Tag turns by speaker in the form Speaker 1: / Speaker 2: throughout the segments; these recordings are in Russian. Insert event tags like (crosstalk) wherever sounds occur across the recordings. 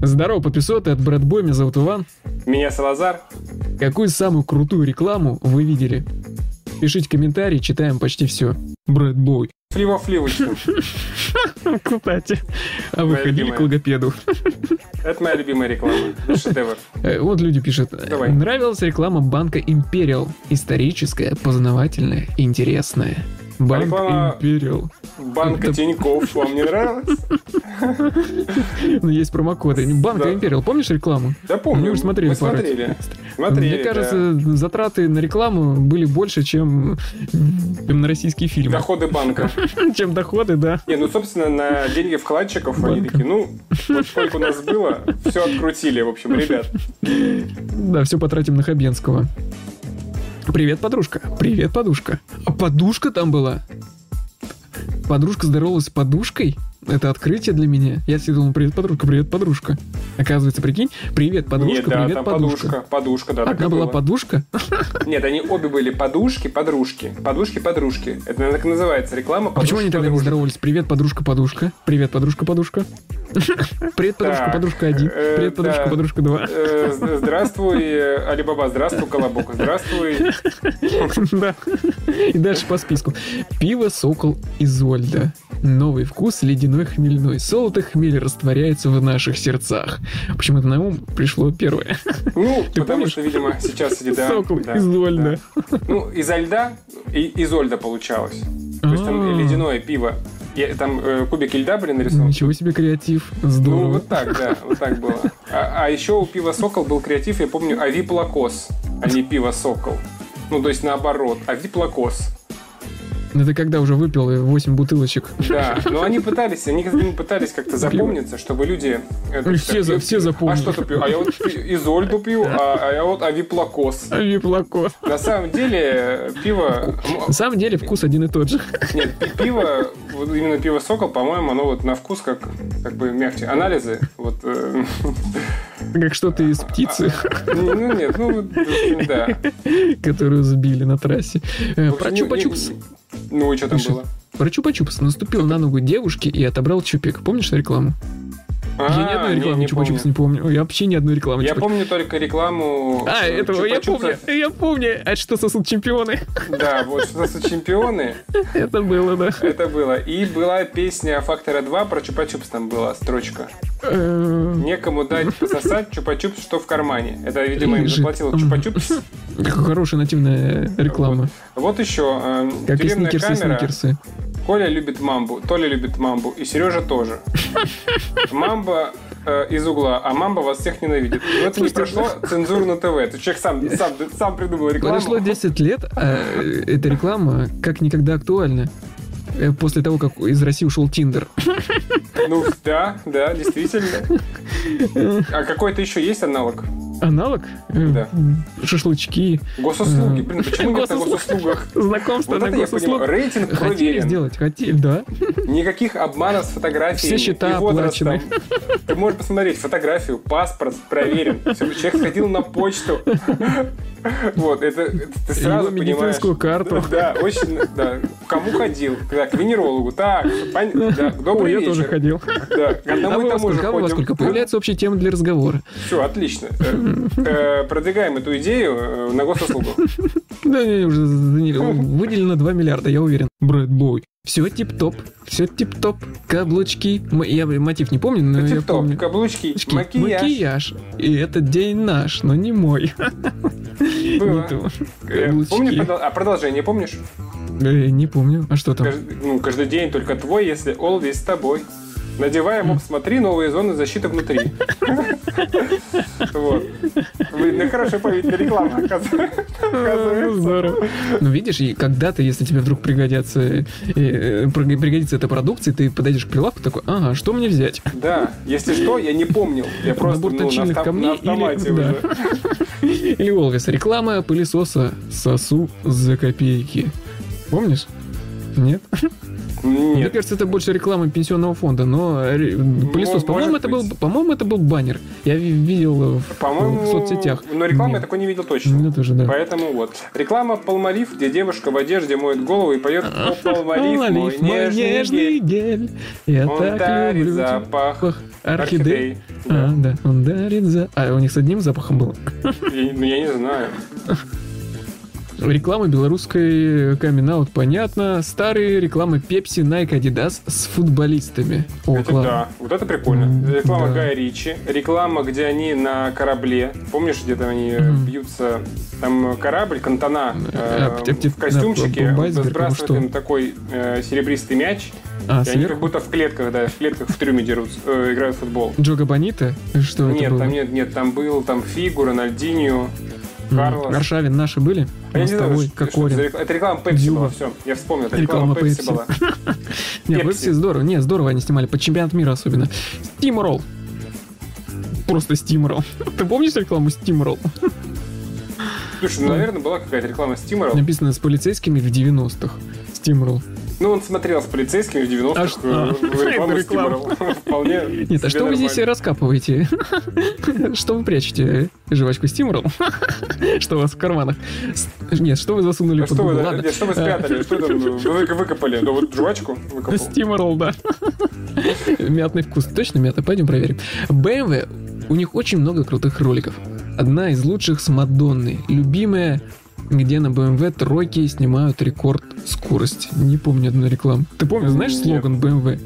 Speaker 1: Здорово, подписоты, от Брэд Бой, меня зовут Иван.
Speaker 2: Меня Салазар.
Speaker 1: Какую самую крутую рекламу вы видели? Пишите комментарии, читаем почти все. Брэд Бой.
Speaker 2: Флива Фливочка.
Speaker 1: Кстати, а вы
Speaker 2: Моя
Speaker 1: ходили
Speaker 2: любимая.
Speaker 1: к логопеду?
Speaker 2: Это моя любимая реклама. Ну, Шедевр.
Speaker 1: Э, Вот люди пишут. э,
Speaker 2: Давай.
Speaker 1: Нравилась реклама банка Imperial. Историческая, познавательная, интересная. Банк
Speaker 2: реклама-
Speaker 1: Imperial.
Speaker 2: Банка
Speaker 1: Это-
Speaker 2: Тиньков вам не нравилась?
Speaker 1: Ну, есть промокоды. Банка
Speaker 2: Да.
Speaker 1: Imperial, помнишь рекламу?
Speaker 2: Да помню.
Speaker 1: Мы уже смотрели
Speaker 2: Мы
Speaker 1: пару
Speaker 2: смотрели.
Speaker 1: раз.
Speaker 2: Смотрели,
Speaker 1: Мне
Speaker 2: да.
Speaker 1: кажется, затраты на рекламу были больше, чем, чем на российские фильмы.
Speaker 2: Доходы банка.
Speaker 1: (laughs) Чем доходы, да.
Speaker 2: Не, ну, собственно, на деньги вкладчиков они
Speaker 1: Банка.
Speaker 2: такие, ну, вот сколько у нас было, все открутили, в общем, ребят.
Speaker 1: Да, все потратим на Хабенского. Привет, подружка. Привет, подушка. А подушка там была? Подружка здоровалась с подушкой? Это открытие для меня. Я всегда думал, привет, подружка, привет, подружка. Оказывается, прикинь, привет, подружка,
Speaker 2: Нет, да,
Speaker 1: привет, (laughs)
Speaker 2: там
Speaker 1: подушка.
Speaker 2: подушка. Подушка, да, так и
Speaker 1: Одна была
Speaker 2: было.
Speaker 1: подушка? А
Speaker 2: Нет, они обе были подушки, подружки. Подушки, подружки. Это наверное, так и называется реклама.
Speaker 1: А почему они
Speaker 2: подушки,
Speaker 1: тогда не
Speaker 2: подружки.
Speaker 1: здоровались? Привет, подружка, подушка. Привет, подружка, подушка. (laughs) Привет, подружка,
Speaker 2: Так,
Speaker 1: подружка один.
Speaker 2: э,
Speaker 1: Привет, подружка,
Speaker 2: да.
Speaker 1: подружка два.
Speaker 2: Э, з- Здравствуй, э, Алибаба, здравствуй, Колобок, здравствуй.
Speaker 1: (laughs) Да. И дальше по списку. Пиво «Сокол» Изольда. Новый вкус ледяной хмельной. Солото хмель растворяется в наших сердцах. Почему-то на ум пришло первое.
Speaker 2: Ну,
Speaker 1: Ты
Speaker 2: потому
Speaker 1: помнишь? (laughs)
Speaker 2: что, видимо, сейчас сидит, да.
Speaker 1: «Сокол»
Speaker 2: да,
Speaker 1: Изольда.
Speaker 2: да. Ну, изо льда, и, изольда получалось. То есть там
Speaker 1: А.
Speaker 2: ледяное пиво. Я- там э, кубики льда были нарисованы.
Speaker 1: Ничего себе креатив.
Speaker 2: Ну,
Speaker 1: Здорово.
Speaker 2: вот так, да, вот так было. А, а еще у пива «Сокол» был креатив, я помню, «Авиплакос», а не «Пиво Сокол». Ну, то есть наоборот, «Авиплакос».
Speaker 1: Ну, Ты когда уже выпил 8 бутылочек?
Speaker 2: Да, но они пытались, они как-то не пытались как-то запомниться, чтобы люди... э, так
Speaker 1: Все
Speaker 2: сказать,
Speaker 1: за-
Speaker 2: пью-
Speaker 1: все запомнили.
Speaker 2: А что ты пью? А я вот пью- Изольду пью, а, а я вот авиплакос.
Speaker 1: Виплако.
Speaker 2: На самом деле э, пиво...
Speaker 1: На
Speaker 2: м,
Speaker 1: самом деле вкус один и тот же.
Speaker 2: Нет, пи- пиво, вот именно пиво «Сокол», по-моему, оно вот на вкус как, как бы мягче. Анализы, вот... э, (laughs)
Speaker 1: Как что-то из птицы, (laughs)
Speaker 2: Ну, нет, ну, вот, э, да.
Speaker 1: которую сбили на трассе. Э,
Speaker 2: В общем,
Speaker 1: Про
Speaker 2: не-
Speaker 1: чупа-чупс.
Speaker 2: не- Ну и что там
Speaker 1: Слушай,
Speaker 2: было?
Speaker 1: Про Чупа-Чупс наступил на ногу девушки и отобрал чупик. Помнишь рекламу? я ни
Speaker 2: А,
Speaker 1: одной
Speaker 2: не-
Speaker 1: рекламы
Speaker 2: не
Speaker 1: Чупа-Чупс не
Speaker 2: помню.
Speaker 1: помню. Я вообще ни одной рекламы
Speaker 2: Я
Speaker 1: Чупа-Чупс.
Speaker 2: помню только рекламу...
Speaker 1: А,
Speaker 2: э,
Speaker 1: этого я помню,
Speaker 2: чупа-чупса.
Speaker 1: я помню. А что сосуд чемпионы? (laughs)
Speaker 2: Да, вот что за чемпионы.
Speaker 1: Это было, да.
Speaker 2: Это было. И была песня Фактора 2 про Чупа-Чупс там была строчка.
Speaker 1: Э,
Speaker 2: Некому дать пососать Чупа-Чупс, что в кармане. Это, видимо, им
Speaker 1: Лежит.
Speaker 2: заплатил Чупа-Чупс.
Speaker 1: Хорошая нативная реклама.
Speaker 2: Вот еще эм,
Speaker 1: Как и
Speaker 2: тюремная
Speaker 1: сникерсы,
Speaker 2: камера.
Speaker 1: сникерсы.
Speaker 2: Коля любит мамбу, Толя любит мамбу и Сережа тоже. Мамба э, из угла, а мамба вас всех ненавидит. Но это не
Speaker 1: Слушайте,
Speaker 2: прошло цензуру на ТВ. Это человек сам, сам, сам придумал рекламу.
Speaker 1: Прошло 10 лет, а э, эта реклама как никогда актуальна. Э, После того, как из России ушел Тиндер.
Speaker 2: Ну да, да, действительно. А какой-то еще есть аналог?
Speaker 1: Аналог? Э,
Speaker 2: Да.
Speaker 1: Шашлычки.
Speaker 2: Госуслуги.
Speaker 1: Э,
Speaker 2: Блин, почему нет на
Speaker 1: госуслуг-
Speaker 2: госуслугах?
Speaker 1: Знакомство
Speaker 2: Вот
Speaker 1: на
Speaker 2: это я понимаю.
Speaker 1: госуслуг.
Speaker 2: Рейтинг
Speaker 1: Хотели
Speaker 2: проверен.
Speaker 1: сделать, хотели, да.
Speaker 2: Никаких обманов с фотографиями
Speaker 1: Все счета
Speaker 2: и возрастом.
Speaker 1: оплачены.
Speaker 2: Ты можешь посмотреть фотографию, паспорт проверен. Всё, человек ходил на почту. Вот, это, это ты сразу
Speaker 1: Его медицинскую
Speaker 2: понимаешь.
Speaker 1: карту.
Speaker 2: Да, очень, да. К Кому ходил? Да, к венерологу. Так, пон- да,
Speaker 1: Ой,
Speaker 2: (laughs) добрый
Speaker 1: я
Speaker 2: вечер.
Speaker 1: тоже ходил.
Speaker 2: Да, к
Speaker 1: А
Speaker 2: одному
Speaker 1: вы
Speaker 2: и
Speaker 1: во
Speaker 2: тому же
Speaker 1: сколько, а вы во
Speaker 2: ходим.
Speaker 1: сколько? Появляется общая тема для разговора.
Speaker 2: Все, отлично. Э, э, Продвигаем эту идею э, на госуслугу.
Speaker 1: Да, не, уже заняли. выделено 2 миллиарда, я уверен. Брэд Бой. Все тип-топ, все тип-топ, каблучки. М- Я мотив не помню, но Ну, я
Speaker 2: Тип-топ,
Speaker 1: помню.
Speaker 2: каблучки,
Speaker 1: Очки.
Speaker 2: макияж.
Speaker 1: Макияж. И этот день наш, но не мой.
Speaker 2: Было.
Speaker 1: Не то.
Speaker 2: Э,
Speaker 1: Каблучки.
Speaker 2: Помнишь, продол- а продолжение помнишь?
Speaker 1: Э, Не помню. А что там?
Speaker 2: Кажд- ну, каждый день только твой, если Олвис с тобой. Надеваем, оп, смотри, новые зоны защиты внутри. Вот. Блин, ну хорошая поведение реклама, оказывается.
Speaker 1: Э, Здорово. Ну, видишь, и когда-то, если тебе вдруг пригодятся, э, э, приг- пригодится эта продукция, ты подойдешь к прилавку такой, ага, что мне взять?
Speaker 2: Да, если что, я не помнил. Я просто
Speaker 1: Набор
Speaker 2: ну, на,
Speaker 1: точильных
Speaker 2: авто-
Speaker 1: камней
Speaker 2: на автомате
Speaker 1: или-
Speaker 2: уже.
Speaker 1: Или Олвис, реклама пылесоса «Сосу за копейки». Помнишь? Нет? Мне
Speaker 2: Нет.
Speaker 1: кажется, это больше реклама пенсионного фонда, но э, пылесос,
Speaker 2: Ну, может
Speaker 1: по-моему, это был,
Speaker 2: быть.
Speaker 1: по-моему, это был баннер. Я ви- видел э, в,
Speaker 2: По-моему,
Speaker 1: в соцсетятях.
Speaker 2: Но рекламы
Speaker 1: Мем.
Speaker 2: я такой не видел точно.
Speaker 1: Ну, тоже, да.
Speaker 2: Поэтому вот. Реклама Палмалиф, где девушка в одежде моет голову и поет
Speaker 1: А,
Speaker 2: «О,
Speaker 1: Ну,
Speaker 2: Палмалиф, мой нежный гель,
Speaker 1: гель. Я
Speaker 2: он
Speaker 1: так
Speaker 2: дарит
Speaker 1: люблю
Speaker 2: запах
Speaker 1: тебя. Орхидей.
Speaker 2: орхидей».
Speaker 1: А,
Speaker 2: Да.
Speaker 1: да, он дарит за... А у них с одним запахом было.
Speaker 2: Я, ну, я не знаю.
Speaker 1: Реклама белорусской камин понятно. Старые рекламы Pepsi, Nike, Adidas с футболистами. О,
Speaker 2: Это
Speaker 1: класс.
Speaker 2: да, вот это прикольно.
Speaker 1: М,
Speaker 2: Реклама
Speaker 1: да.
Speaker 2: Гая Ричи, реклама, где они на корабле. Помнишь, где там они э,
Speaker 1: Мгм.
Speaker 2: бьются? Там корабль, Кантана э,
Speaker 1: А, птип- птип-
Speaker 2: в костюмчике,
Speaker 1: да,
Speaker 2: он
Speaker 1: Бомбайсберг,
Speaker 2: сбрасывает
Speaker 1: ну что?
Speaker 2: им такой э, серебристый мяч.
Speaker 1: А,
Speaker 2: и они как
Speaker 1: сверху?
Speaker 2: будто в клетках, да, в клетках в трюме дерутся, э, играют в футбол.
Speaker 1: Джога Бонита? Что это
Speaker 2: Нет,
Speaker 1: было?
Speaker 2: там нет, нет, там был там Фигу, Рональдиньо,
Speaker 1: М,
Speaker 2: Карлос.
Speaker 1: Аршавин наши были?
Speaker 2: А я
Speaker 1: Мы
Speaker 2: не
Speaker 1: с
Speaker 2: знаю,
Speaker 1: тобой,
Speaker 2: что-
Speaker 1: как
Speaker 2: что это за
Speaker 1: Орин.
Speaker 2: реклама. Это реклама Пепси
Speaker 1: Дзюба.
Speaker 2: была, все. Я вспомнил, это
Speaker 1: Реклама
Speaker 2: реклама Пепси
Speaker 1: Pepsi.
Speaker 2: была.
Speaker 1: Не,
Speaker 2: Pepsi.
Speaker 1: Pepsi здорово. Не, здорово они снимали. Под чемпионат мира особенно. Steamroll. Просто Steamroll. (laughs) Ты помнишь рекламу Steamroll?
Speaker 2: Слушай, ну, наверное, была какая-то реклама Стимера.
Speaker 1: Написано с полицейскими в 90-х. Steamroll.
Speaker 2: Ну, он смотрел с полицейскими в
Speaker 1: А
Speaker 2: 90-х
Speaker 1: что?
Speaker 2: э, в рекламу
Speaker 1: Это
Speaker 2: с Тимором.
Speaker 1: реклама.
Speaker 2: Ну, Вполне
Speaker 1: (laughs) Нет, а
Speaker 2: себе
Speaker 1: что вы здесь
Speaker 2: нормально. (laughs)
Speaker 1: раскапываете? Что вы прячете? э, Жвачку Стимурл? (laughs) Что у вас в карманах? С- Нет, что вы засунули
Speaker 2: А
Speaker 1: под
Speaker 2: что вы,
Speaker 1: губу?
Speaker 2: да,
Speaker 1: Ладно.
Speaker 2: что
Speaker 1: (laughs)
Speaker 2: вы спрятали? Что там вы выкопали? Да вот жвачку выкопал.
Speaker 1: Стимурл, да. (laughs) Мятный вкус. Точно мята? Пойдем проверим. BMW, у них очень много крутых роликов. Одна из лучших с Мадонны. Любимая где на BMW тройки снимают рекорд скорости. Не помню одну рекламу. Ты помнишь, знаешь
Speaker 2: Нет.
Speaker 1: слоган BMW?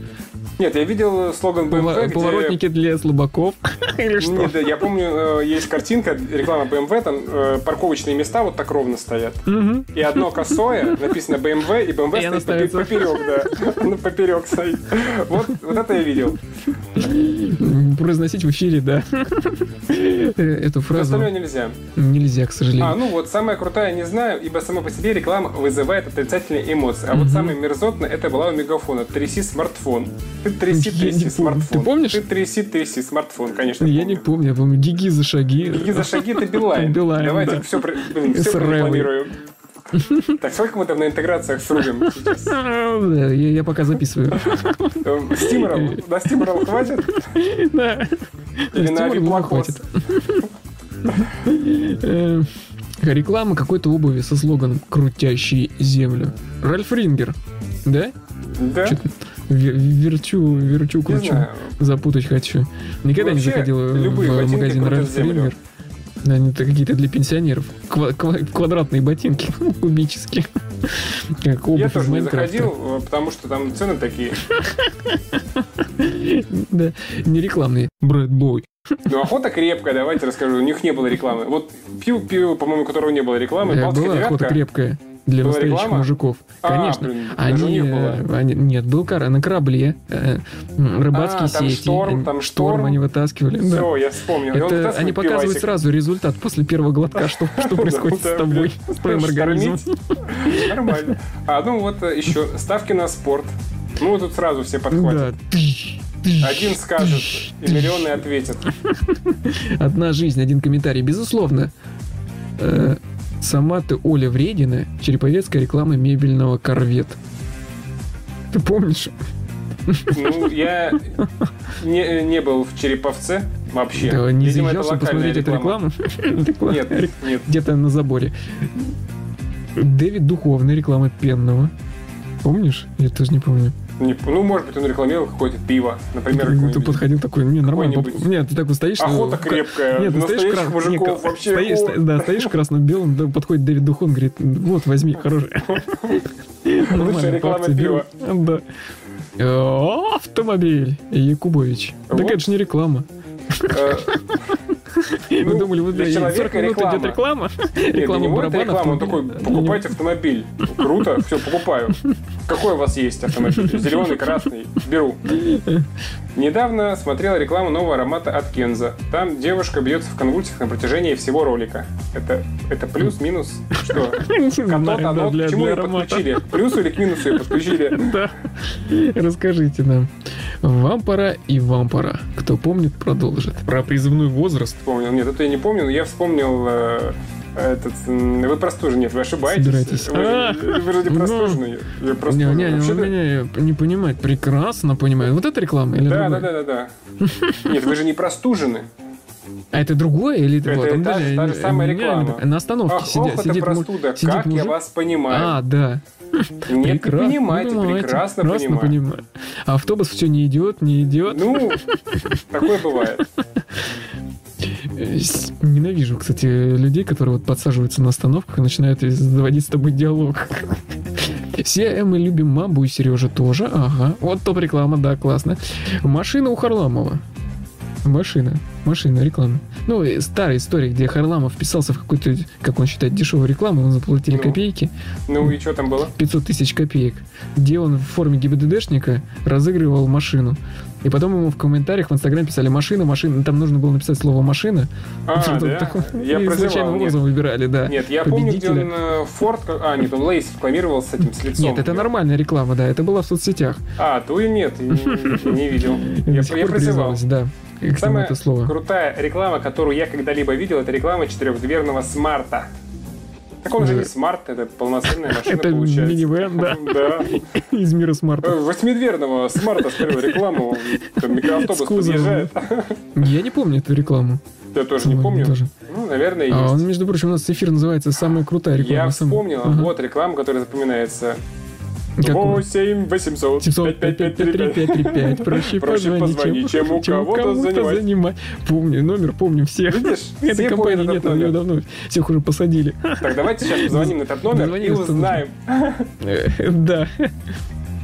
Speaker 2: Нет, я видел э, слоган BMW,
Speaker 1: Пова-
Speaker 2: где- (laughs)
Speaker 1: Поворотники для слабаков. (laughs) Или что?
Speaker 2: Нет, да, я помню, э, есть картинка, реклама BMW, там э, парковочные места вот так ровно стоят.
Speaker 1: Мгм.
Speaker 2: И одно косое, написано BMW, и
Speaker 1: И
Speaker 2: BMW
Speaker 1: оно
Speaker 2: стоит
Speaker 1: ставится.
Speaker 2: поперек, да. (laughs) Ну, поперек стоит. Вот, вот это я видел.
Speaker 1: произносить в эфире, да. Э, Эту
Speaker 2: Всё остальное
Speaker 1: фразу
Speaker 2: нельзя.
Speaker 1: нельзя, к
Speaker 2: А,
Speaker 1: сожалению.
Speaker 2: ну вот, самая крутая не знаю, ибо сама по себе реклама вызывает отрицательные эмоции. А вот
Speaker 1: Мгм.
Speaker 2: самая мерзотная это была у мегафона. Тряси смартфон. Ты тряси,
Speaker 1: Я не
Speaker 2: тряси
Speaker 1: помню.
Speaker 2: смартфон.
Speaker 1: Ты помнишь?
Speaker 2: Ты тряси, тряси смартфон, конечно.
Speaker 1: Я не
Speaker 2: помню.
Speaker 1: помню, я помню, гиги за шаги.
Speaker 2: Беги за шаги,
Speaker 1: (laughs)
Speaker 2: ты Билайн.
Speaker 1: Билайн,
Speaker 2: Давайте
Speaker 1: да.
Speaker 2: все, блин,
Speaker 1: С
Speaker 2: все
Speaker 1: Ревой.
Speaker 2: прорекламируем.
Speaker 1: (laughs)
Speaker 2: Так, сколько мы там на интеграциях срубим сейчас?
Speaker 1: Да, Я я пока
Speaker 2: (laughs)
Speaker 1: записываю.
Speaker 2: Эм, Стиморал? На
Speaker 1: (laughs)
Speaker 2: Стиморал хватит?
Speaker 1: Да.
Speaker 2: Или на
Speaker 1: Стимул ему
Speaker 2: Авиплакос?
Speaker 1: Э, ну, хватит. Э, Реклама какой-то обуви со слоганом «Крутящий землю». Ральф Рингер, да?
Speaker 2: Да?
Speaker 1: Чё-то ве- Верчу, верчу,
Speaker 2: Не
Speaker 1: кручу.
Speaker 2: знаю.
Speaker 1: запутать хочу. Никогда не
Speaker 2: Вообще,
Speaker 1: заходил в-
Speaker 2: любые
Speaker 1: в
Speaker 2: ботинки
Speaker 1: магазин
Speaker 2: крутят
Speaker 1: Ральф
Speaker 2: землю.
Speaker 1: Рингер. Да, Они то какие-то для пенсионеров. Ква- ква- квадратные ботинки, (laughs) кубические. Как обувь
Speaker 2: Я
Speaker 1: из
Speaker 2: тоже не
Speaker 1: Майнкрафта.
Speaker 2: заходил, э, потому что там цены такие.
Speaker 1: Да, не рекламные. Брэд Бой.
Speaker 2: Ну, охота крепкая, давайте расскажу. У них не было рекламы. Вот пиво, пиво по-моему, которого не было рекламы,
Speaker 1: Э,
Speaker 2: «Балтика
Speaker 1: Была охота
Speaker 2: девятка».
Speaker 1: крепкая для
Speaker 2: Была
Speaker 1: настоящих
Speaker 2: реклама?
Speaker 1: мужиков.
Speaker 2: А,
Speaker 1: Конечно.
Speaker 2: блин, даже у
Speaker 1: Они,
Speaker 2: них была.
Speaker 1: э, они- нет, был кара на корабле, э, м, рыбацкие
Speaker 2: А, там
Speaker 1: сети,
Speaker 2: шторм,
Speaker 1: они-
Speaker 2: там
Speaker 1: шторм
Speaker 2: шторм.
Speaker 1: они вытаскивали. да.
Speaker 2: Все, я вспомнил. И
Speaker 1: Это
Speaker 2: он вытаскивает
Speaker 1: они показывают
Speaker 2: пивасик.
Speaker 1: сразу результат после первого глотка,
Speaker 2: (laughs)
Speaker 1: что, что происходит
Speaker 2: Да,
Speaker 1: с тобой,
Speaker 2: блин.
Speaker 1: с твоим организмом.
Speaker 2: Штормить? (laughs) Нормально. А ну вот э, еще ставки на спорт. Ну вот тут сразу все подхватят.
Speaker 1: Да. Тыщ, тыщ,
Speaker 2: Один скажет,
Speaker 1: тыщ,
Speaker 2: и миллионы ответят.
Speaker 1: тыщ. Одна жизнь, один комментарий. Безусловно. Э, Сама ты Оля Вредина, череповецкая реклама мебельного корвет. Ты помнишь?
Speaker 2: Ну, я не, не был в Череповце вообще.
Speaker 1: Да, не
Speaker 2: Видимо, это
Speaker 1: заезжал, чтобы
Speaker 2: локальная
Speaker 1: посмотреть эту
Speaker 2: реклама.
Speaker 1: рекламу. (laughs) Реклама.
Speaker 2: Нет, нет.
Speaker 1: Где-то на заборе. Дэвид Духовный, реклама пенного. Помнишь? Я тоже не помню.
Speaker 2: не- ну, может быть, он рекламировал какое-то пиво. Например,
Speaker 1: ты
Speaker 2: какое-нибудь
Speaker 1: подходил такой, не, нормально.
Speaker 2: какой-нибудь-
Speaker 1: поп- Нет, ты такой стоишь...
Speaker 2: Охота
Speaker 1: э,
Speaker 2: крепкая.
Speaker 1: Нет, ты стоишь,
Speaker 2: Настоящих
Speaker 1: крас-
Speaker 2: мужиков
Speaker 1: не,
Speaker 2: вообще.
Speaker 1: стоишь,
Speaker 2: о.
Speaker 1: сто- да, стоишь в красно-белом, да, подходит Дэвид Духон, говорит, вот,
Speaker 2: (laughs)
Speaker 1: возьми, хороший. Нормально,
Speaker 2: реклама
Speaker 1: по акции беру.
Speaker 2: пива.
Speaker 1: Да. О, Автомобиль Якубович. Так
Speaker 2: Вот.
Speaker 1: это же не реклама.
Speaker 2: Э,
Speaker 1: Вы
Speaker 2: ну,
Speaker 1: думали, вот
Speaker 2: для
Speaker 1: да, и
Speaker 2: человека
Speaker 1: 40 минут
Speaker 2: реклама.
Speaker 1: идет реклама.
Speaker 2: Нет, для
Speaker 1: Реклама
Speaker 2: него это
Speaker 1: барабанов.
Speaker 2: реклама. Он такой,
Speaker 1: (laughs)
Speaker 2: покупайте автомобиль. Круто, все, покупаю. Какой у вас есть
Speaker 1: (laughs)
Speaker 2: автомобиль? Зеленый, красный. Беру. Недавно смотрела рекламу нового аромата от Кенза. Там девушка бьется в конвульсиях на протяжении всего ролика. Это, это плюс-минус?
Speaker 1: (laughs)
Speaker 2: Что?
Speaker 1: Не
Speaker 2: Анод,
Speaker 1: знаю, да,
Speaker 2: анод,
Speaker 1: для
Speaker 2: к чему
Speaker 1: для
Speaker 2: ее
Speaker 1: аромата.
Speaker 2: подключили? К плюсу или к минусу ее подключили?
Speaker 1: (laughs) Да. Расскажите нам. Вам пора и вам пора. Кто помнит, продолжит. Про призывной возраст.
Speaker 2: вспомнил. Нет, это я не помню, но я вспомнил э, Этот, м, вы простуженный, вы ошибаетесь.
Speaker 1: Собирайтесь.
Speaker 2: Вы же- вы же не
Speaker 1: Ну.
Speaker 2: простуженный. Я
Speaker 1: Не,
Speaker 2: простужен.
Speaker 1: не, он
Speaker 2: Вообще-то-
Speaker 1: меня не понимает. Прекрасно понимает. Вот это реклама или
Speaker 2: Да, да,
Speaker 1: другое?
Speaker 2: да, да, да. Нет, вы же не простужены.
Speaker 1: А это другое или
Speaker 2: Это
Speaker 1: вот, он
Speaker 2: та же-
Speaker 1: были
Speaker 2: та же самая
Speaker 1: реально
Speaker 2: реклама.
Speaker 1: так- На остановке
Speaker 2: Ах,
Speaker 1: сидя-
Speaker 2: ох, это
Speaker 1: сидит, му-
Speaker 2: простуда.
Speaker 1: сидит
Speaker 2: Как я
Speaker 1: мужик.
Speaker 2: вас понимаю?
Speaker 1: А, да.
Speaker 2: Нет, ты
Speaker 1: прекрасно. Ну,
Speaker 2: понимаете,
Speaker 1: понимаете,
Speaker 2: прекрасно понимаю.
Speaker 1: понимаю. А автобус все не идет, не идет.
Speaker 2: Ну, такое бывает.
Speaker 1: Э, с- Ненавижу, кстати, людей, которые вот подсаживаются на остановках и начинают из- заводить с тобой диалог. Все э, мы любим мамбу и Сережа тоже. Ага. Вот топ реклама, да, классно. Машина у Харламова. Машина. Машина, реклама. Ну, э, старая история, где Харламов вписался в какую-то, как он считает, дешевую рекламу, ему заплатили
Speaker 2: Ну.
Speaker 1: копейки,
Speaker 2: Ну и что там было?
Speaker 1: 500 тысяч копеек, где он в форме ГИБДДшника разыгрывал машину. И потом ему в комментариях в Инстаграм писали «машина, машина». Там нужно было написать слово «машина»,
Speaker 2: А,
Speaker 1: что-то
Speaker 2: да?
Speaker 1: такое.
Speaker 2: Я
Speaker 1: (laughs) И случайным
Speaker 2: прозевал. нет.
Speaker 1: образом выбирали, да.
Speaker 2: Нет, я помню, где
Speaker 1: победителя.
Speaker 2: он э, Форд... как- А, нет, он Лейс рекламировал с этим, с лицом.
Speaker 1: Нет, это нормальная реклама, да, это была в соцсетях.
Speaker 2: А, ту и нет, и не, не видел.
Speaker 1: И (laughs)
Speaker 2: Я,
Speaker 1: до сих
Speaker 2: я
Speaker 1: пор
Speaker 2: прозевал.
Speaker 1: привязалась, да, к нему
Speaker 2: Самая
Speaker 1: это слово.
Speaker 2: крутая реклама, которую я когда-либо видел, это реклама четырехдверного смарта. Так он же не смарт, это
Speaker 1: (laughs)
Speaker 2: полноценная машина
Speaker 1: Э. Это
Speaker 2: получается.
Speaker 1: минивэн, да,
Speaker 2: Да.
Speaker 1: (laughs) из мира
Speaker 2: Э,
Speaker 1: смарта.
Speaker 2: Восьмидверного смарта сперва рекламу. Там микроавтобус
Speaker 1: С кузовом.
Speaker 2: подъезжает.
Speaker 1: Я не помню эту рекламу.
Speaker 2: (laughs) Я тоже не
Speaker 1: Ой,
Speaker 2: помню.
Speaker 1: тоже.
Speaker 2: Ну, наверное,
Speaker 1: А
Speaker 2: есть.
Speaker 1: он, между прочим, у нас эфир называется «Самая крутая реклама».
Speaker 2: Я
Speaker 1: Самая-
Speaker 2: вспомнил,
Speaker 1: Ага.
Speaker 2: вот реклама, которая запоминается.
Speaker 1: Какую?
Speaker 2: 8 800 5535.
Speaker 1: 700-553-535. Проще
Speaker 2: Проще
Speaker 1: позвонить,
Speaker 2: позвонить, чем у кого-то занимать.
Speaker 1: занимать. Помню номер, помню всех.
Speaker 2: Видишь,
Speaker 1: (laughs) Этой
Speaker 2: все
Speaker 1: компании
Speaker 2: помнят
Speaker 1: нет,
Speaker 2: этот
Speaker 1: у нее
Speaker 2: номер.
Speaker 1: давно всех уже посадили. (laughs)
Speaker 2: Так, давайте сейчас позвоним на этот номер и
Speaker 1: Дозвонились-то уже.
Speaker 2: узнаем.
Speaker 1: Э, Да.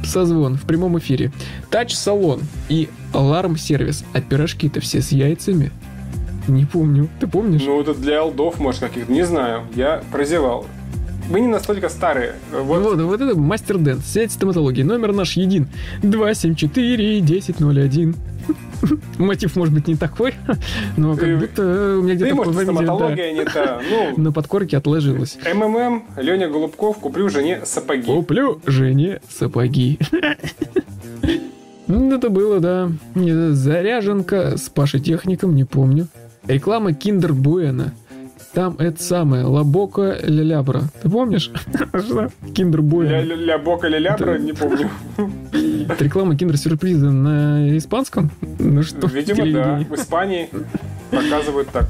Speaker 1: Созвон в прямом эфире. Тач-салон и аларм-сервис. А пирожки-то все с яйцами? Не помню. Ты помнишь?
Speaker 2: Ну, это для алдов, может, каких-то, не знаю. Я прозевал. Мы не настолько старые. Вот,
Speaker 1: Вот, вот это мастер Дент, сеть стоматологии. Номер наш един. 274-1001. (laughs) Мотив может быть не такой, (laughs) но
Speaker 2: Ты-
Speaker 1: как будто э, у меня
Speaker 2: да и,
Speaker 1: где-то
Speaker 2: может,
Speaker 1: в памяти, да,
Speaker 2: стоматология не та. Ну,
Speaker 1: (laughs) на подкорке отложилось.
Speaker 2: МММ, Леня Голубков, куплю жене сапоги.
Speaker 1: Куплю жене сапоги. (laughs) Ну, Это было, да. Э, Заряженка с Пашей Техником, не помню. Реклама Kinder Bueno. Там это самое, Лабока Лялябра. Ты помнишь? (laughs) Что? Kinder
Speaker 2: Ля,
Speaker 1: Bueno.
Speaker 2: ля, ля бока, ля лябра,
Speaker 1: Это- (laughs)
Speaker 2: не помню.
Speaker 1: Это реклама Kinder Сюрприза на испанском? Ну что,
Speaker 2: Видимо, да.
Speaker 1: телевидение.
Speaker 2: В Испании показывают так.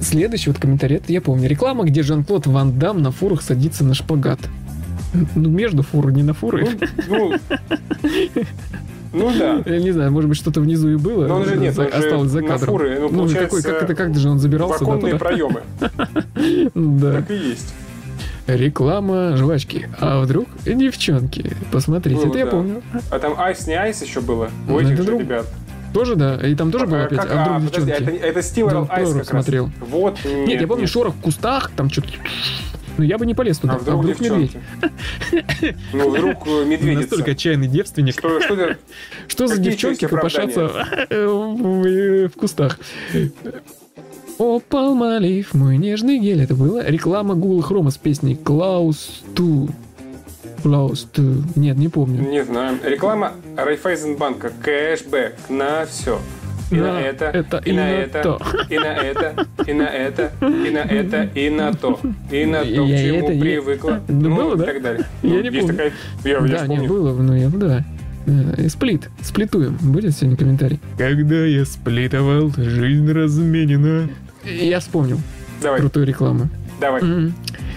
Speaker 1: Следующий вот комментарий, это я помню. Реклама, где Жан-Клод Ван Дам на фурах садится на шпагат. Ну, между фуры, не на фуры.
Speaker 2: Ну, ну, ну да.
Speaker 1: (laughs) Я не знаю, может быть, что-то внизу и было. э,
Speaker 2: Но он же нет,
Speaker 1: за-
Speaker 2: он же
Speaker 1: осталось за
Speaker 2: на
Speaker 1: кадром.
Speaker 2: фуры, ну,
Speaker 1: же какой,
Speaker 2: получается,
Speaker 1: как это, как же он забирался да,
Speaker 2: Вакуумные
Speaker 1: туда? Ну,
Speaker 2: проемы.
Speaker 1: Да.
Speaker 2: Так и есть.
Speaker 1: Реклама жвачки. А вдруг девчонки? Посмотрите,
Speaker 2: Было,
Speaker 1: это я
Speaker 2: да.
Speaker 1: помню.
Speaker 2: А там айс не айс еще было.
Speaker 1: Ну,
Speaker 2: У этих
Speaker 1: это
Speaker 2: же
Speaker 1: друг-
Speaker 2: ребят.
Speaker 1: Тоже, да? И там тоже было
Speaker 2: А,
Speaker 1: опять?
Speaker 2: как-
Speaker 1: А
Speaker 2: а,
Speaker 1: вдруг
Speaker 2: подожди, а
Speaker 1: девчонки?
Speaker 2: это, это Стивен
Speaker 1: Да,
Speaker 2: Айс
Speaker 1: Пуаро
Speaker 2: как раз.
Speaker 1: смотрел.
Speaker 2: Вот, э, нет,
Speaker 1: Нет, я помню
Speaker 2: нет.
Speaker 1: шорох в кустах, там что-то... Ну, я бы не полез туда.
Speaker 2: А вдруг
Speaker 1: медведь?
Speaker 2: девчонки? Ну, вдруг э,
Speaker 1: Настолько
Speaker 2: медведица.
Speaker 1: отчаянный девственник.
Speaker 2: Что, что это?
Speaker 1: Что за
Speaker 2: Какие
Speaker 1: девчонки
Speaker 2: честь оправдания?
Speaker 1: копошатся (laughs) э, в в- в кустах? О, Палмалив, мой нежный гель. Это была реклама Google Chrome с песней Клаус Ту. Клаус Ту. Нет, не помню.
Speaker 2: Не знаю. Реклама Райфайзенбанка. Кэшбэк на все. И на,
Speaker 1: На
Speaker 2: это,
Speaker 1: это,
Speaker 2: и, на это,
Speaker 1: то.
Speaker 2: и на это, и на это, и на это, и на то, и на то,
Speaker 1: И
Speaker 2: к
Speaker 1: я
Speaker 2: чему
Speaker 1: это, я-
Speaker 2: привыкла.
Speaker 1: Ну, было,
Speaker 2: и
Speaker 1: да?
Speaker 2: так далее.
Speaker 1: Я
Speaker 2: Ну,
Speaker 1: не
Speaker 2: есть
Speaker 1: помню.
Speaker 2: такая... Я, я
Speaker 1: да, не
Speaker 2: вспомнил.
Speaker 1: было, ну я, да. Э, Сплит. Сплитуем. Будет сегодня комментарий? Когда я сплитовал, жизнь разменена. Я вспомнил
Speaker 2: Давай,
Speaker 1: крутую рекламу.
Speaker 2: давай.
Speaker 1: Мгм.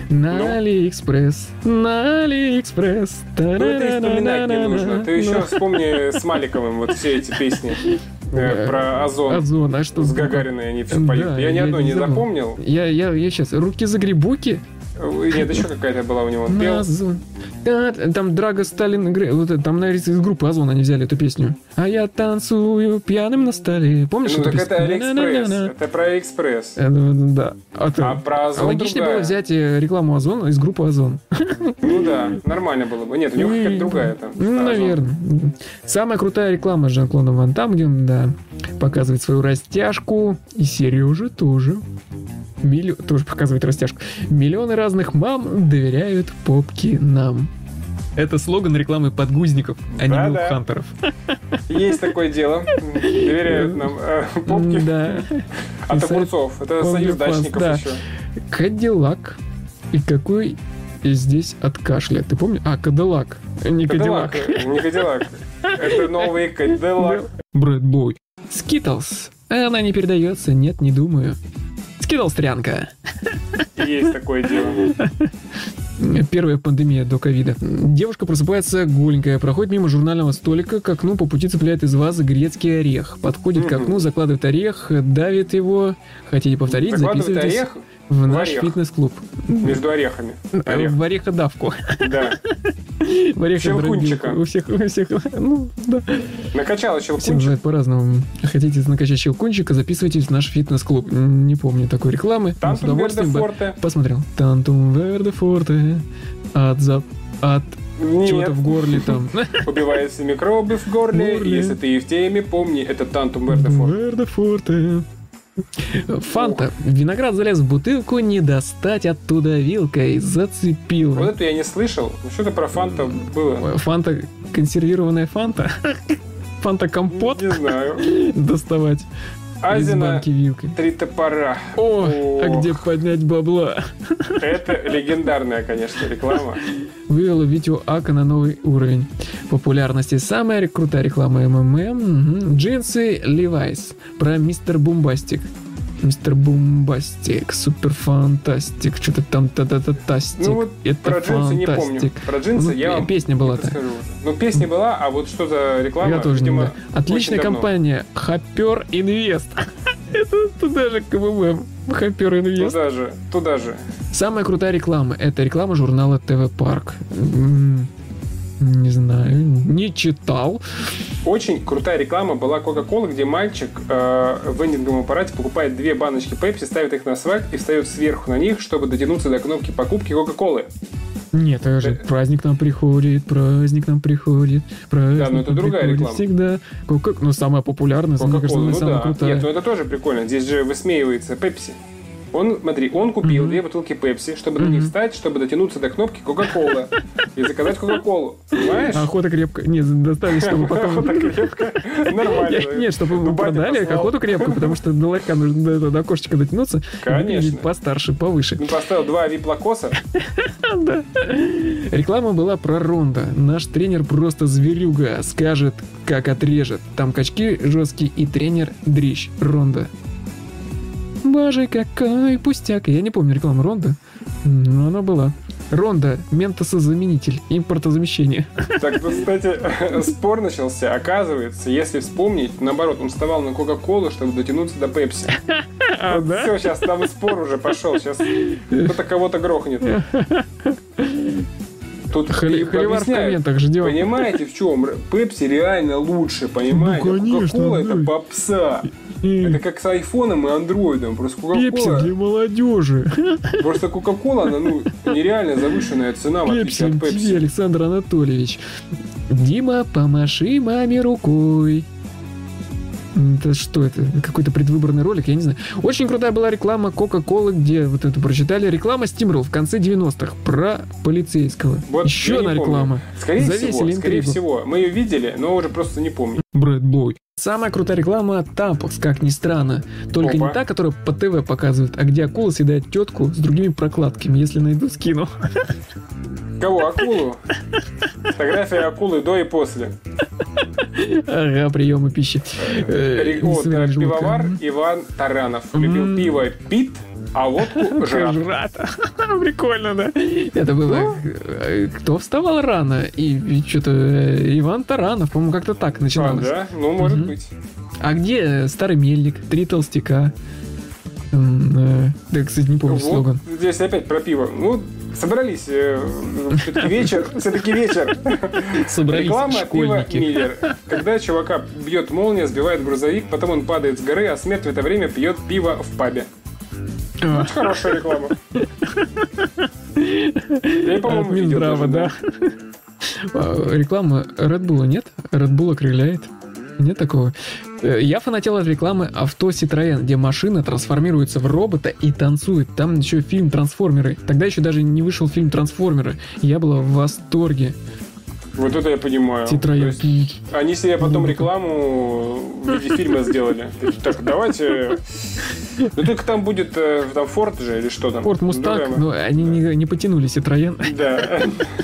Speaker 2: Ну?
Speaker 1: На Алиэкспресс, на Алиэкспресс.
Speaker 2: Ну, это и вспоминать не нужно.
Speaker 1: Ну.
Speaker 2: Ты еще вспомни с Маликовым вот все эти песни э,
Speaker 1: Да.
Speaker 2: про озон.
Speaker 1: Озон, а что?
Speaker 2: С
Speaker 1: было?
Speaker 2: Гагариной они все
Speaker 1: Да,
Speaker 2: поют. Я ни
Speaker 1: я
Speaker 2: одной
Speaker 1: не
Speaker 2: не
Speaker 1: забыл.
Speaker 2: запомнил.
Speaker 1: Я, я, я сейчас. Руки загребуки.
Speaker 2: Ой, Нет, еще какая-то была у него. Он
Speaker 1: На
Speaker 2: пел.
Speaker 1: Озон. Да, Там Драго Сталин, Гре- вот это, там наверное, из группы Озон они взяли эту песню. А я танцую пьяным на столе. Помнишь
Speaker 2: Ну
Speaker 1: эту
Speaker 2: так это
Speaker 1: песню?
Speaker 2: Алиэкспресс.
Speaker 1: На-на-на-на.
Speaker 2: Это про Алиэкспресс.
Speaker 1: Э, ну, Да. А ты-
Speaker 2: А про
Speaker 1: а
Speaker 2: Озон
Speaker 1: логичнее
Speaker 2: другая.
Speaker 1: было взять э, рекламу Озона из группы Озон.
Speaker 2: Ну да, нормально было бы. Нет, у него какая-то
Speaker 1: М,
Speaker 2: другая там.
Speaker 1: Ну,
Speaker 2: про Озон.
Speaker 1: наверное. Самая крутая реклама жан клода Ван Там, где он, да, показывает свою растяжку. И Сережа тоже. Миллион, тоже показывает растяжку. Миллионы разных мам доверяют попки нам. Это слоган рекламы подгузников, а не
Speaker 2: Да-да.
Speaker 1: милфхантеров.
Speaker 2: Есть такое дело. Доверяют нам э, попки
Speaker 1: Ну, Да.
Speaker 2: от
Speaker 1: И со-
Speaker 2: огурцов. Это
Speaker 1: Помню
Speaker 2: союз
Speaker 1: класс,
Speaker 2: дачников
Speaker 1: да.
Speaker 2: еще.
Speaker 1: Кадиллак. И какой здесь от кашля? Ты помнишь? А, Кадиллак. Не
Speaker 2: Кадиллак.
Speaker 1: Кадиллак.
Speaker 2: Не Кадиллак. Это новый Кадиллак.
Speaker 1: Брэдбой. Скитлс. Она не передается, нет, не думаю. Скитлс трянка.
Speaker 2: Есть такое дело.
Speaker 1: Первая пандемия до ковида. Девушка просыпается голенькая, проходит мимо журнального столика, к окну по пути цепляет из вазы грецкий орех. Подходит к
Speaker 2: Мгм.
Speaker 1: окну, закладывает орех, давит его. Хотите повторить?
Speaker 2: Закладывает
Speaker 1: Записывайтесь
Speaker 2: орех
Speaker 1: в наш
Speaker 2: орех.
Speaker 1: фитнес-клуб.
Speaker 2: между орехами. Орех.
Speaker 1: Э, В ореходавку. (laughs)
Speaker 2: Да.
Speaker 1: В ореходробилку.
Speaker 2: Щелкунчика.
Speaker 1: У всех, у всех, ну, да.
Speaker 2: Накачала
Speaker 1: Все
Speaker 2: щелкунчик.
Speaker 1: бывает по-разному. Хотите накачать щелкунчика, записывайтесь в наш фитнес-клуб. М, Не помню такой рекламы. но
Speaker 2: Там
Speaker 1: с удовольствием бы
Speaker 2: Вердефорте.
Speaker 1: Посмотрел. Тантум верде форте. От зап... От чего-то
Speaker 2: Нет,
Speaker 1: в горле там.
Speaker 2: убивает все микробы в горле.
Speaker 1: Горле.
Speaker 2: Если ты и в теме, помни, это (laughs) Тантум Вердефорт.
Speaker 1: Верде форте. Фанта. Виноград залез в бутылку, не достать оттуда вилкой. Зацепил.
Speaker 2: Вот это я не слышал. Ну, Что-то про фанта было.
Speaker 1: Фанта, консервированная фанта. (laughs) Фанта компот
Speaker 2: Не знаю.
Speaker 1: доставать из
Speaker 2: Азина
Speaker 1: банки вилкой.
Speaker 2: три топора.
Speaker 1: О, а
Speaker 2: Ох.
Speaker 1: где поднять бабла?
Speaker 2: Это легендарная, конечно, реклама.
Speaker 1: вывела видео Ака на новый уровень популярности. Самая ре- крутая реклама МММ. Мгм. Джинсы Levi's. Про мистер Бумбастик. Мистер Бумбастик, супер фантастик, что-то там та та та тастик.
Speaker 2: Ну вот
Speaker 1: Это
Speaker 2: про джинсы не помню.
Speaker 1: фантастик.
Speaker 2: Про джинсы я
Speaker 1: Ну,
Speaker 2: вам
Speaker 1: Песня была
Speaker 2: не
Speaker 1: то
Speaker 2: подскажу. Ну, песня была, а вот что за реклама,
Speaker 1: Я тоже не
Speaker 2: видимо,
Speaker 1: знаю. Отличная
Speaker 2: очень давно.
Speaker 1: компания Хоппер Инвест. (laughs) Это туда же к МММ. Хоппер Инвест.
Speaker 2: Туда же, туда же.
Speaker 1: Самая крутая реклама – это реклама журнала ТВ Парк. М, Не знаю, не читал.
Speaker 2: Очень крутая реклама была Coca-Cola, где мальчик э, в вендинговом аппарате покупает две баночки Pepsi, ставит их на асфальт и встает сверху на них, чтобы дотянуться до кнопки покупки Coca-Cola.
Speaker 1: Нет, это же
Speaker 2: Э.
Speaker 1: праздник нам приходит, праздник нам приходит, праздник
Speaker 2: Да, ну это
Speaker 1: нам
Speaker 2: другая
Speaker 1: приходит
Speaker 2: реклама.
Speaker 1: Всегда. Кока, ну самая популярная, самая, мне кажется,
Speaker 2: Coca-Cola,
Speaker 1: она
Speaker 2: ну
Speaker 1: самая
Speaker 2: да.
Speaker 1: крутая.
Speaker 2: Нет, ну это тоже прикольно. Здесь же высмеивается Pepsi. Он, смотри, он купил
Speaker 1: Мгм.
Speaker 2: две бутылки Pepsi, чтобы на
Speaker 1: Мгм.
Speaker 2: них встать, чтобы дотянуться до кнопки Coca-Cola и заказать Coca-Cola. Понимаешь?
Speaker 1: А охота крепко. Нет, достали, чтобы потом...
Speaker 2: (laughs) Охота крепкая. Нормально.
Speaker 1: (laughs) Я- Нет, чтобы
Speaker 2: Ну,
Speaker 1: вы
Speaker 2: батя
Speaker 1: продали
Speaker 2: послал.
Speaker 1: охоту крепко, потому что до ларька нужно до, этого, до окошечка дотянуться.
Speaker 2: Конечно.
Speaker 1: И Постарше, повыше.
Speaker 2: Ну, поставил два вип-лакоса.
Speaker 1: Да. Реклама была про Ронда. Наш тренер просто зверюга. Скажет, как отрежет. Там качки жесткие и тренер дрищ. Ронда. Боже, какой пустяк. Я не помню рекламу Ронда, но она была. Ронда, ментосозаменитель, импортозамещение.
Speaker 2: Так, тут, кстати, (laughs) спор начался. Оказывается, если вспомнить, наоборот, он вставал на Кока-Колу, чтобы дотянуться до Пепси.
Speaker 1: А,
Speaker 2: Все, сейчас там и спор уже пошел. Сейчас кто-то кого-то грохнет. Тут
Speaker 1: Холивар в
Speaker 2: объясняют.
Speaker 1: комментах ждем.
Speaker 2: Понимаете, в чем? Пепси реально лучше, понимаете?
Speaker 1: Ну, конечно,
Speaker 2: Кока-кола
Speaker 1: ну.
Speaker 2: это попса. Это как с айфоном и андроидом. Просто
Speaker 1: Пепси
Speaker 2: Кока-кола
Speaker 1: для молодежи.
Speaker 2: Просто Кока-Кола, она, ну, нереально завышенная цена, в
Speaker 1: Пепси,
Speaker 2: отличие от
Speaker 1: тебе,
Speaker 2: Пепси.
Speaker 1: Александр Анатольевич. Дима, помаши маме рукой. Это что это? Какой-то предвыборный ролик, я не знаю. Очень крутая была реклама Кока-Колы, где вот это прочитали. Реклама Стимрол в конце 90-х про полицейского.
Speaker 2: Вот
Speaker 1: Еще
Speaker 2: я не
Speaker 1: одна
Speaker 2: помню.
Speaker 1: реклама.
Speaker 2: Скорее
Speaker 1: Завесили
Speaker 2: всего, скорее
Speaker 1: интригу.
Speaker 2: всего. Мы ее видели, но уже просто не помню.
Speaker 1: Брэдбой. Самая крутая реклама Тампокс, как ни странно. Только
Speaker 2: Опа.
Speaker 1: не та, которая по ТВ показывает, а где акула съедает тетку с другими прокладками. Если найду, скину. (laughs)
Speaker 2: Кого? Акулу? Фотография акулы до и после.
Speaker 1: Ага, приемы пищи. Э,
Speaker 2: Регот,
Speaker 1: несварение желудка.
Speaker 2: пивовар Иван Таранов. Любил
Speaker 1: М.
Speaker 2: пиво пит,
Speaker 1: (laughs)
Speaker 2: а
Speaker 1: Ну,
Speaker 2: водку жрал.
Speaker 1: Жрата.
Speaker 2: (laughs)
Speaker 1: Прикольно, да? Это было...
Speaker 2: Ну.
Speaker 1: э, Кто вставал рано? И, что-то Иван Таранов, по-моему, как-то так
Speaker 2: А,
Speaker 1: начиналось.
Speaker 2: да? Ну, может
Speaker 1: Мгм.
Speaker 2: быть.
Speaker 1: А где э, старый мельник, три толстяка? М, э, Да, кстати, не помню
Speaker 2: Вот
Speaker 1: слоган.
Speaker 2: Здесь опять про пиво. Ну, собрались. все-таки вечер. Все-таки вечер.
Speaker 1: Собрались
Speaker 2: Реклама пива
Speaker 1: школьники.
Speaker 2: Миллер. Когда чувака бьет молния, сбивает грузовик, потом он падает с горы, а смерть в это время пьет пиво в пабе.
Speaker 1: А,
Speaker 2: Очень
Speaker 1: (laughs)
Speaker 2: хорошая реклама. Я,
Speaker 1: От
Speaker 2: по-моему, видел
Speaker 1: Минздрава,
Speaker 2: даже,
Speaker 1: да. А, Реклама Red Bull нет? Red Bull окрыляет? Нет такого. Э, Я фанател от рекламы авто Citroёn, где машина трансформируется в робота и танцует. Там еще фильм «Трансформеры». Тогда еще даже не вышел фильм «Трансформеры». Я была в восторге.
Speaker 2: Вот это я понимаю.
Speaker 1: Тетрадь.
Speaker 2: То есть Они себе потом рекламу в виде фильма сделали. Так, давайте... Ну, только там будет э, там Форд же или что там?
Speaker 1: Порт Мустак, ну.
Speaker 2: Другая-
Speaker 1: но они не, не потянули Citroёn.
Speaker 2: Да.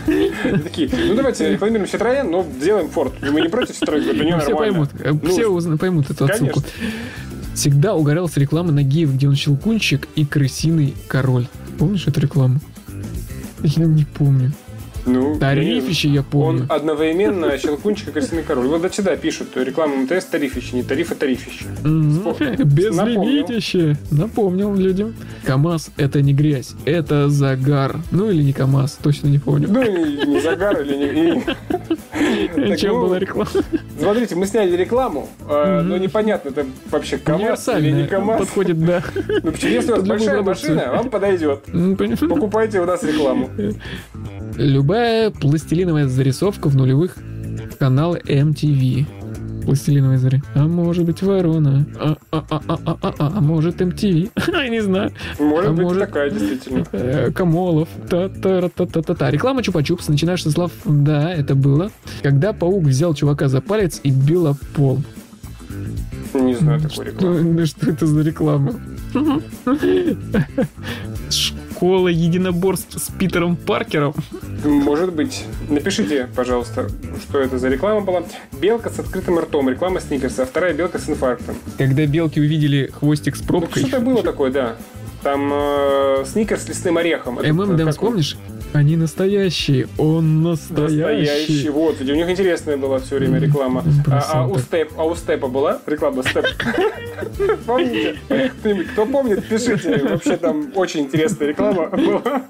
Speaker 2: Они Такие, ну давайте рекламируем Citroёn, но сделаем Форд. И Мы не против Citroёn, это не
Speaker 1: Все
Speaker 2: нормально.
Speaker 1: поймут, э, все
Speaker 2: Ну,
Speaker 1: узна- поймут эту отсылку.
Speaker 2: Конечно.
Speaker 1: Всегда угорал с рекламы на геев, где он щелкунчик и крысиный король. Помнишь эту рекламу? Я не помню.
Speaker 2: Ну,
Speaker 1: Тарифище я помню.
Speaker 2: Он одновременно Щелкунчик и Крестный Король. Вот это всегда пишут, э, реклама МТС тарифище, не тариф, а тарифище.
Speaker 1: Мгм. (laughs)
Speaker 2: вспомнил.
Speaker 1: Безлимитище. Напомнил людям. КамАЗ это не грязь, это загар. Ну или не КамАЗ, точно не помню.
Speaker 2: Ну, и не загар или не... и-
Speaker 1: (laughs)
Speaker 2: Так,
Speaker 1: Чем
Speaker 2: ну,
Speaker 1: была реклама?
Speaker 2: Смотрите, мы сняли рекламу, э,
Speaker 1: Мгм.
Speaker 2: но непонятно, это вообще КамАЗ или не
Speaker 1: Универсальная.
Speaker 2: КамАЗ.
Speaker 1: Подходит,
Speaker 2: (laughs)
Speaker 1: да.
Speaker 2: Ну, почему, если у вас
Speaker 1: под любую
Speaker 2: большая
Speaker 1: продукцию.
Speaker 2: машина, вам подойдет.
Speaker 1: Ну, понятно.
Speaker 2: Покупайте у нас рекламу.
Speaker 1: Любая пластилиновая зарисовка в нулевых канал MTV. Пластилиновая заря. А может быть ворона? А, а, а, а, а, а, а, а может MTV? (laughs) Я не знаю.
Speaker 2: Может
Speaker 1: А
Speaker 2: быть,
Speaker 1: может-
Speaker 2: такая, действительно.
Speaker 1: Э, Камолов. Та-та-та-та-та-та. Реклама Чупа-Чупс. Начинаешь со слов «Да, это было». Когда паук взял чувака за палец и бил об пол.
Speaker 2: Не знаю такой рекламы.
Speaker 1: Что- да что это за реклама? Школа единоборств с Питером Паркером.
Speaker 2: Может быть. Напишите, пожалуйста, что это за реклама была. Белка с открытым ртом, реклама сникерса, а вторая белка с инфарктом.
Speaker 1: Когда белки увидели хвостик с
Speaker 2: Ну,
Speaker 1: пробкой.
Speaker 2: что-то было такое, да. Там э, сникерс с лесным орехом. Этот,
Speaker 1: ММ
Speaker 2: э,
Speaker 1: Дэмс,
Speaker 2: как он?
Speaker 1: помнишь? Они настоящие, он
Speaker 2: Настоящий.
Speaker 1: настоящий.
Speaker 2: Вот, у них интересная была все время реклама. А, а у
Speaker 1: Бросал так.
Speaker 2: Степ, а у Степа была реклама Степ? Помните? Кто-нибудь- Кто помнит, пишите. Вообще там очень интересная реклама была.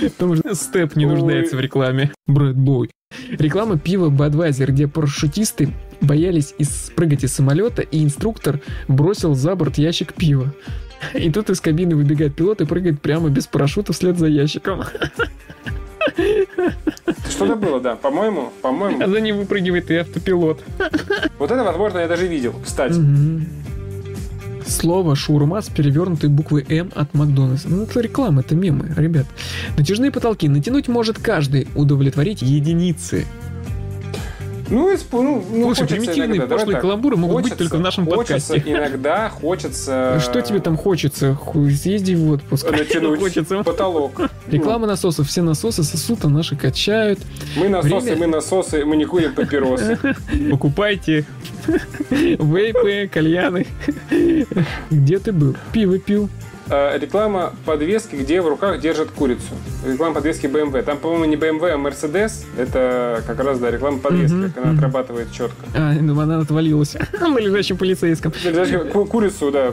Speaker 1: Потому что степ не
Speaker 2: Ой.
Speaker 1: нуждается в рекламе. Брэдбой. Реклама пива Budweiser, где парашютисты боялись из- спрыгать из самолета, и инструктор бросил за борт ящик пива. И тут из кабины выбегает пилот и прыгает прямо без парашюта вслед за ящиком.
Speaker 2: Что-то было, да. По-моему,
Speaker 1: А
Speaker 2: по-моему.
Speaker 1: за ним выпрыгивает и автопилот.
Speaker 2: Вот это, возможно, я даже видел, кстати.
Speaker 1: Мгм. Слово «шаурма» с перевернутой буквой «М» от Макдональдса. Ну, это реклама, это мемы, ребят. Натяжные потолки натянуть может каждый, удовлетворить единицы.
Speaker 2: Ну, исп- ну, ну,
Speaker 1: Слушай,
Speaker 2: хочется
Speaker 1: примитивные
Speaker 2: иногда, давай
Speaker 1: пошлые
Speaker 2: так.
Speaker 1: каламбуры могут быть
Speaker 2: Хочется-
Speaker 1: только в нашем
Speaker 2: хочется
Speaker 1: подкасте. Ну,
Speaker 2: Иногда хочется...
Speaker 1: Что тебе там хочется? Хуй, Съезди в отпуск. (laughs)
Speaker 2: Натянуть
Speaker 1: Хочется.
Speaker 2: потолок.
Speaker 1: Реклама насосов. Все насосы сосут, а наши качают.
Speaker 2: Мы насосы,
Speaker 1: Время-
Speaker 2: мы насосы, мы не курим папиросы.
Speaker 1: Покупайте (laughs) вейпы, кальяны. Где ты был? Пиво пил.
Speaker 2: Э, Реклама подвески, где в руках держат курицу. Реклама подвески BMW. Там, по-моему, не BMW, а Mercedes. Это как раз, да, реклама подвески,
Speaker 1: Мгм,
Speaker 2: как она
Speaker 1: мгм.
Speaker 2: отрабатывает четко.
Speaker 1: А, ну, она отвалилась (laughs) на лежащем полицейском.
Speaker 2: Даже ку- Курицу, да, э,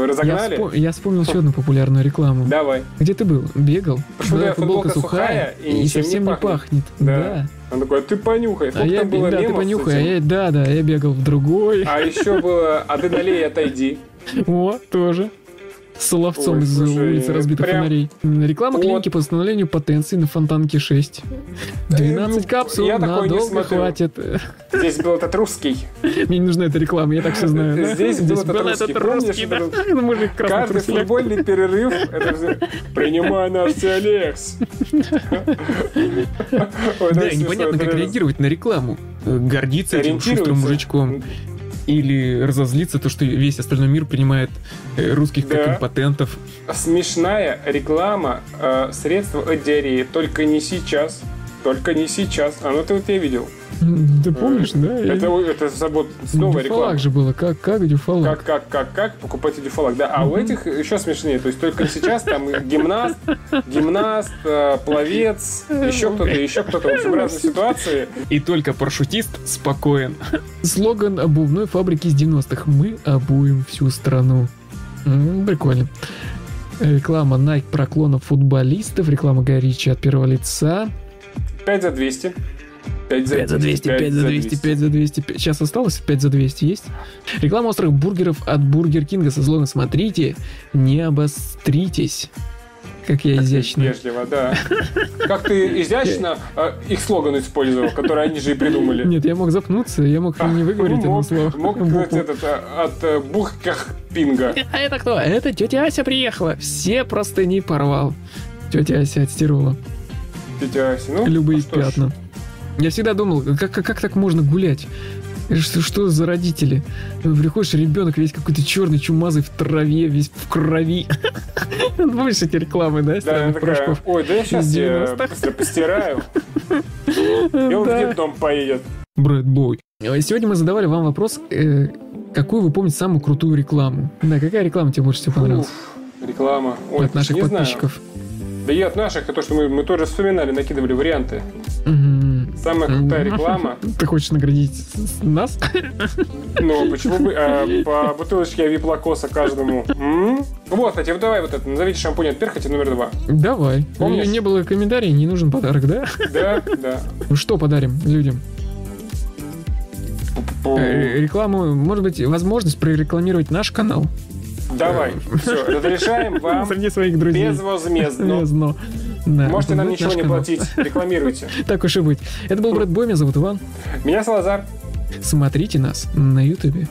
Speaker 1: Я,
Speaker 2: разогнали.
Speaker 1: вспо- я вспомнил еще одну популярную рекламу.
Speaker 2: Давай.
Speaker 1: Где ты был? Бегал?
Speaker 2: Почему твоя футболка сухая и ничем не
Speaker 1: совсем не
Speaker 2: пахнет?
Speaker 1: пахнет.
Speaker 2: Да. Он такой, а ты понюхай.
Speaker 1: А
Speaker 2: Сколько
Speaker 1: я,
Speaker 2: там было
Speaker 1: бе- да, ты
Speaker 2: мемов с
Speaker 1: понюхай. а
Speaker 2: этим?
Speaker 1: я- да, да, я бегал в другой.
Speaker 2: А еще было «Аденалей, отойди».
Speaker 1: О, тоже. С ловцом
Speaker 2: Ой,
Speaker 1: из
Speaker 2: слушай,
Speaker 1: улицы разбитых
Speaker 2: прям
Speaker 1: фонарей. Реклама
Speaker 2: вот.
Speaker 1: клиники по восстановлению потенции на фонтанке 6. 12
Speaker 2: ну,
Speaker 1: капсул
Speaker 2: я такое не
Speaker 1: надолго
Speaker 2: смотрю.
Speaker 1: хватит. (laughs)
Speaker 2: Здесь был этот русский.
Speaker 1: Мне не нужна эта реклама, я так все знаю. да? (laughs)
Speaker 2: Здесь был этот
Speaker 1: был
Speaker 2: русский,
Speaker 1: этот
Speaker 2: помнишь,
Speaker 1: русский, да.
Speaker 2: этот
Speaker 1: (laughs) Ну, Мужик в красных
Speaker 2: Каждый
Speaker 1: трусиках.
Speaker 2: футбольный перерыв, это же «Принимай нас, все, Алекс». Ой,
Speaker 1: Да,
Speaker 2: так
Speaker 1: и непонятно,
Speaker 2: смешно,
Speaker 1: как
Speaker 2: это
Speaker 1: реагировать на рекламу. Э, Гордиться этим шустрым
Speaker 2: Ориентируется.
Speaker 1: мужичком. Или разозлиться, то, что весь остальной мир принимает э, русских
Speaker 2: Да.
Speaker 1: как импотентов.
Speaker 2: Смешная реклама э, средства от диареи. Только не сейчас. Только не сейчас. А ну ты вот я видел.
Speaker 1: М, Ты помнишь, да? Я-
Speaker 2: Это, у- это забот снова реклама.
Speaker 1: Дюфалак же было, как, как дюфалак.
Speaker 2: Как, как, как, как покупать дюфалак. Да, а у этих еще смешнее. То есть только не сейчас там и гимнаст, гимнаст, э, пловец, еще кто-то, еще кто-то. В общем, разные ситуации.
Speaker 1: И только парашютист спокоен. Слоган обувной фабрики из 90-х. Мы обуем всю страну. М, Прикольно. Реклама Nike проклонов футболистов, реклама Горичи от первого лица.
Speaker 2: 5 за 200. 5
Speaker 1: пять за 200, 5 за 200. Сейчас осталось 5 за 200 есть? Реклама острых бургеров от Бургер Кинга со слогом «Смотрите, не обостритесь». Как я изящно.
Speaker 2: Вежливо, да. Как ты изящно э, их слоган использовал, который они же и придумали.
Speaker 1: Нет, я мог запнуться, я мог не выговорить
Speaker 2: Ну,
Speaker 1: одно
Speaker 2: мог-
Speaker 1: слово. (laughs)
Speaker 2: Мог
Speaker 1: Букву.
Speaker 2: сказать этот, а, от э, Бухкахпинга.
Speaker 1: А это кто? Это тетя Ася приехала. Все простыни порвал. Тетя Ася отстирывала
Speaker 2: Тетя Ася. Ну,
Speaker 1: любые
Speaker 2: что ж,
Speaker 1: пятна. Я всегда думал, как, как, как так можно гулять? Э, Что, что за родители? Э, Приходишь, ребенок весь какой-то черный, чумазый, в траве, весь в крови. (laughs) Помнишь эти рекламы, да,
Speaker 2: Да, она
Speaker 1: странных
Speaker 2: такая,
Speaker 1: порошков?
Speaker 2: ой, да я сейчас
Speaker 1: из
Speaker 2: я
Speaker 1: 90-х. (laughs)
Speaker 2: быстро постираю, и он в
Speaker 1: Да.
Speaker 2: детдом поедет.
Speaker 1: Брэд Бой. Э, Сегодня мы задавали вам вопрос, э, какую вы помните самую крутую рекламу? Да, какая реклама тебе больше всего понравилась?
Speaker 2: Уф, реклама. Ой,
Speaker 1: От наших
Speaker 2: не знаю.
Speaker 1: подписчиков.
Speaker 2: Да и от наших, и то, что мы, мы тоже вспоминали, накидывали варианты.
Speaker 1: Мгм.
Speaker 2: Самая крутая
Speaker 1: Мгм.
Speaker 2: реклама.
Speaker 1: (laughs) Ты хочешь наградить с- нас? (laughs)
Speaker 2: Ну, почему бы э, по бутылочке виплакоса каждому? М? Вот, кстати, вот давай вот это, назовите шампунь от перхоти номер два.
Speaker 1: Давай. У
Speaker 2: Помнишь?
Speaker 1: нее не было комментариев, не нужен подарок, да?
Speaker 2: Да, да.
Speaker 1: Ну Что подарим людям?
Speaker 2: Пу.
Speaker 1: Э, Рекламу, может быть, возможность прорекламировать наш канал
Speaker 2: Давай, все, разрешаем вам
Speaker 1: (laughs) среди своих друзей.
Speaker 2: безвозмездно.
Speaker 1: Безвозмездно. Да,
Speaker 2: Ну, Можете нам
Speaker 1: вот
Speaker 2: ничего
Speaker 1: наш
Speaker 2: не
Speaker 1: канал.
Speaker 2: платить, рекламируйте.
Speaker 1: Так уж и быть. Это был Брэд Бой, меня зовут Иван.
Speaker 2: Меня Салазар.
Speaker 1: Смотрите нас на Ютубе.